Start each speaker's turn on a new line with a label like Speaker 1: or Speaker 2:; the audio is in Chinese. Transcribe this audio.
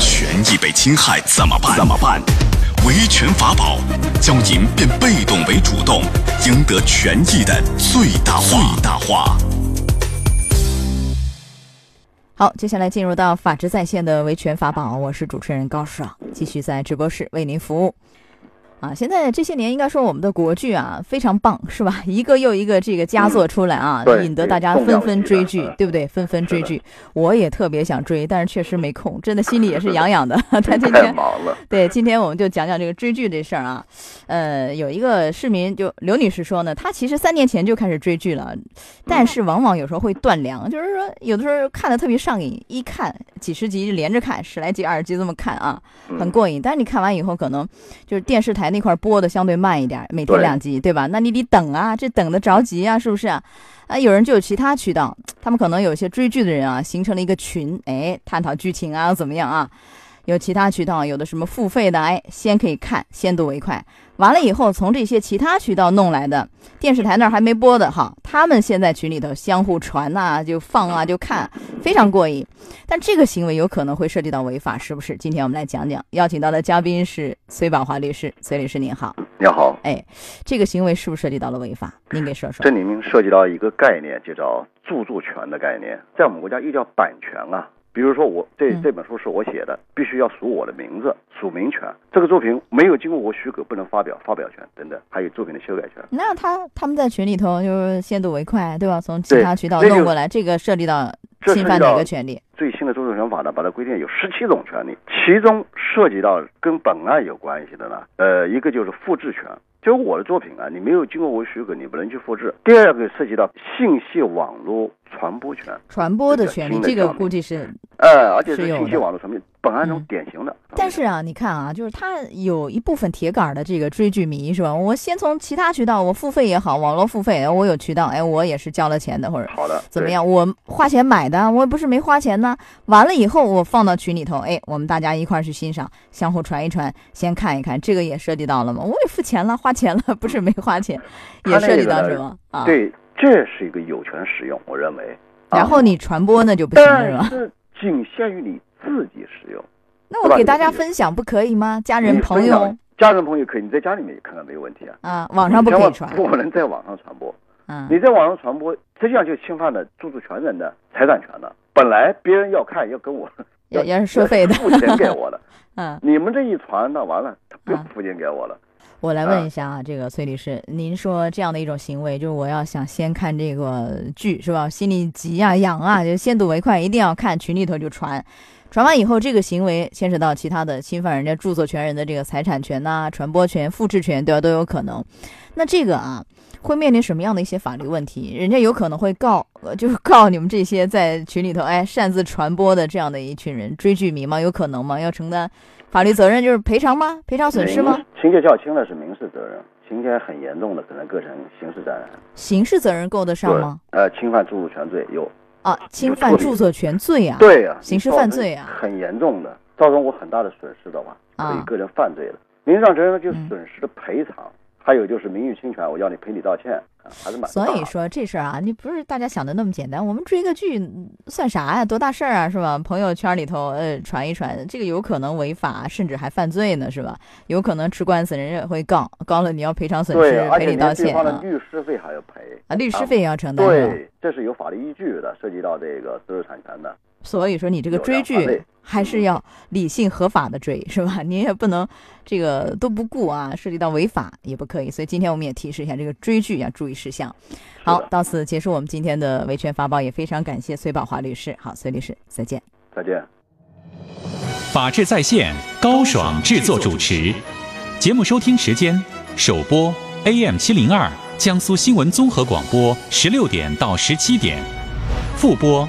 Speaker 1: 权益被侵害怎么办？怎么办？维权法宝，教您变被动为主动，赢得权益的最大化。最大化。
Speaker 2: 好，接下来进入到法治在线的维权法宝，我是主持人高爽，继续在直播室为您服务。啊，现在这些年应该说我们的国剧啊非常棒，是吧？ 一个又一个这个佳作出来啊，
Speaker 3: 嗯对
Speaker 2: 引得大家
Speaker 3: 重
Speaker 2: 纷
Speaker 3: 要
Speaker 2: 纷
Speaker 3: 剧
Speaker 2: 追
Speaker 3: 啊
Speaker 2: 剧
Speaker 3: 嗯，
Speaker 2: 对不对？纷纷追剧，我也特别想追，但是确实没空，真的心里也是痒痒 的。但今
Speaker 3: 太
Speaker 2: 天
Speaker 3: 忙了，
Speaker 2: 对，今天我们就讲讲这个追剧这事儿啊。呃，有一个市民就刘女士说呢，她其实三年前就开始追剧了，
Speaker 3: 嗯
Speaker 2: 但是往往有时候会断粮，就是说有的时候看的特别上瘾，一看几十集连着看，十来集、二十集这么看啊，很
Speaker 3: 嗯，
Speaker 2: 过瘾。但是你看完以后，可能就是电视台那块儿播的相对慢一点，每天
Speaker 3: 对
Speaker 2: 两集，对吧？那你得等啊，这等的着急啊，是不是啊？啊，有人就有其他渠道，他们可能有些追剧的人啊，形成了一个群，哎，探讨剧情啊，怎么样啊？有其他渠道，有的什么付费的，哎，先可以看，先睹为快。完了以后，从这些其他渠道弄来的，电视台那儿还没播的哈，他们现在群里头相互传呐、就放
Speaker 3: 嗯
Speaker 2: 啊，就看，非常过瘾。但这个行为有可能会涉及到违法，是不是？今天我们来讲讲，邀请到的嘉宾是崔宝华律师，崔律师您好，
Speaker 3: 你好，
Speaker 2: 这个行为是不是涉及到了违法？您给说说
Speaker 3: 这。里面涉及到一个概念，就叫著作权的概念，在我们国家又叫版权啊。比如说我这
Speaker 2: 嗯
Speaker 3: 这本书是我写的，必须要署我的名字，署名权。这个作品没有经过我许可不能发表，发表权等等，还有作品的修改权。
Speaker 2: 那他他们在群里头就是先睹为快，对吧？从其
Speaker 3: 对
Speaker 2: 他渠道
Speaker 3: 这就
Speaker 2: 弄过来，这个涉及到
Speaker 3: 这
Speaker 2: 侵
Speaker 3: 涉
Speaker 2: 犯
Speaker 3: 及
Speaker 2: 哪
Speaker 3: 到
Speaker 2: 个权利？
Speaker 3: 最新的著作权法呢，把它规定有十七种权利，其中涉及到跟本案有关系的呢，呃，一个就是复制权，就我的作品啊，你没有经过我许可，你不能去复制。第二个涉及到信息网络传播权，
Speaker 2: 传播的权利，
Speaker 3: 这
Speaker 2: 这
Speaker 3: 个
Speaker 2: 个
Speaker 3: 上面
Speaker 2: 估计是。
Speaker 3: 呃，而且是
Speaker 2: 是有的
Speaker 3: 信息网络传播，本案中
Speaker 2: 嗯
Speaker 3: 典型的。
Speaker 2: 但是啊，你看啊，就是他有一部分铁杆儿的这个追剧迷是吧？我先从其他渠道，我付费也好，网络付费，哎我有渠道，哎，我也是交了钱的，或者
Speaker 3: 好的，
Speaker 2: 怎么样？我花钱买的，我也不是没花钱呢。完了以后，我放到群里头，哎，我们大家一块儿去欣赏，相互传一传，先看一看，这个也涉及到了吗？我也付钱了，花钱了，不是没花 钱，
Speaker 3: 他
Speaker 2: 也
Speaker 3: 那
Speaker 2: 涉及
Speaker 3: 个
Speaker 2: 到什么啊？
Speaker 3: 对？对，这是一个有权使用，我认为。啊
Speaker 2: 然后你传播那就不行了，是
Speaker 3: 但
Speaker 2: 吧？
Speaker 3: 是仅限于你自己使用，
Speaker 2: 那我给大家分享不可以吗？家人
Speaker 3: 你
Speaker 2: 朋
Speaker 3: 嗯分
Speaker 2: 友
Speaker 3: 享、家人朋友可以，你在家里面也看看没有问题啊。
Speaker 2: 啊，网上不可以传
Speaker 3: 嗯你千万不能在网上传播。
Speaker 2: 啊
Speaker 3: 你。在网上传播，实际上就侵犯了著作权人的财产权了。本来别人要看，要跟我，
Speaker 2: 也也是收费的
Speaker 3: 付钱给我的。
Speaker 2: 嗯，
Speaker 3: 你们这一传，那完了，他不用
Speaker 2: 啊
Speaker 3: 付钱给我了。
Speaker 2: 我来问一下啊，这个崔律师，您说这样的一种行为，就是我要想先看这个剧是吧？心里急啊、痒啊，就先睹为快，一定要看，群里头就传，传完以后，这个行为牵扯到其他的侵犯人家著作权人的这个财产权呐、传播权、复制权，对啊吧、都有可能。那这个啊，会面临什么样的一些法律问题？人家有可能会告，呃，就是告你们这些在群里头哎擅自传播的这样的一群人，追剧迷吗？有可能吗？要承担法律责任，就是赔偿吗？赔偿损失吗？
Speaker 3: 民？情节较轻的是民事责任，情节很严重的可能构成刑事责任。
Speaker 2: 刑事责任够得上
Speaker 3: 对
Speaker 2: 吗？
Speaker 3: 呃，侵犯著作权罪有。
Speaker 2: 啊，侵犯著作权罪啊！
Speaker 3: 对啊，
Speaker 2: 刑事犯罪啊
Speaker 3: 你造成很严重的，造成我很大的损失的话，
Speaker 2: 啊
Speaker 3: 可以个人犯罪的。民事上责任就
Speaker 2: 嗯
Speaker 3: 损失的赔偿，还有就是名誉侵权，我要你赔礼道歉，啊还是蛮大
Speaker 2: 所
Speaker 3: 的。
Speaker 2: 以说这事儿啊，你不是大家想的那么简单。我们追个剧嗯算啥呀？多大事儿啊，是吧？朋友圈里头呃传一传，这个有可能违法，甚至还犯罪呢，是吧？有可能吃官司，人家会告，告了你要赔偿损
Speaker 3: 对，
Speaker 2: 失，
Speaker 3: 而
Speaker 2: 赔
Speaker 3: 且
Speaker 2: 礼
Speaker 3: 连
Speaker 2: 道
Speaker 3: 对
Speaker 2: 歉
Speaker 3: 方的
Speaker 2: 啊，
Speaker 3: 律师费还要赔。
Speaker 2: 啊，律师费啊也要承担是吧？
Speaker 3: 对，这是有法律依据的，涉及到这个知识产权的。
Speaker 2: 所以说你这个
Speaker 3: 有
Speaker 2: 追
Speaker 3: 两法
Speaker 2: 剧
Speaker 3: 类
Speaker 2: 还是要理性合法的追，是吧？ 你也不能这个都不顾啊，涉及到违法也不可以。所以今天我们也提示一下这个追剧要注意事项。好，
Speaker 3: 的
Speaker 2: 到此结束我们今天的维权法宝，也非常感谢崔宝华律师。好，崔律师，再见。
Speaker 3: 再见。
Speaker 4: 法治在线，高爽制作主持。节目收听时间：首播 AM 七零二江苏新闻综合广播十六点到十七点，复播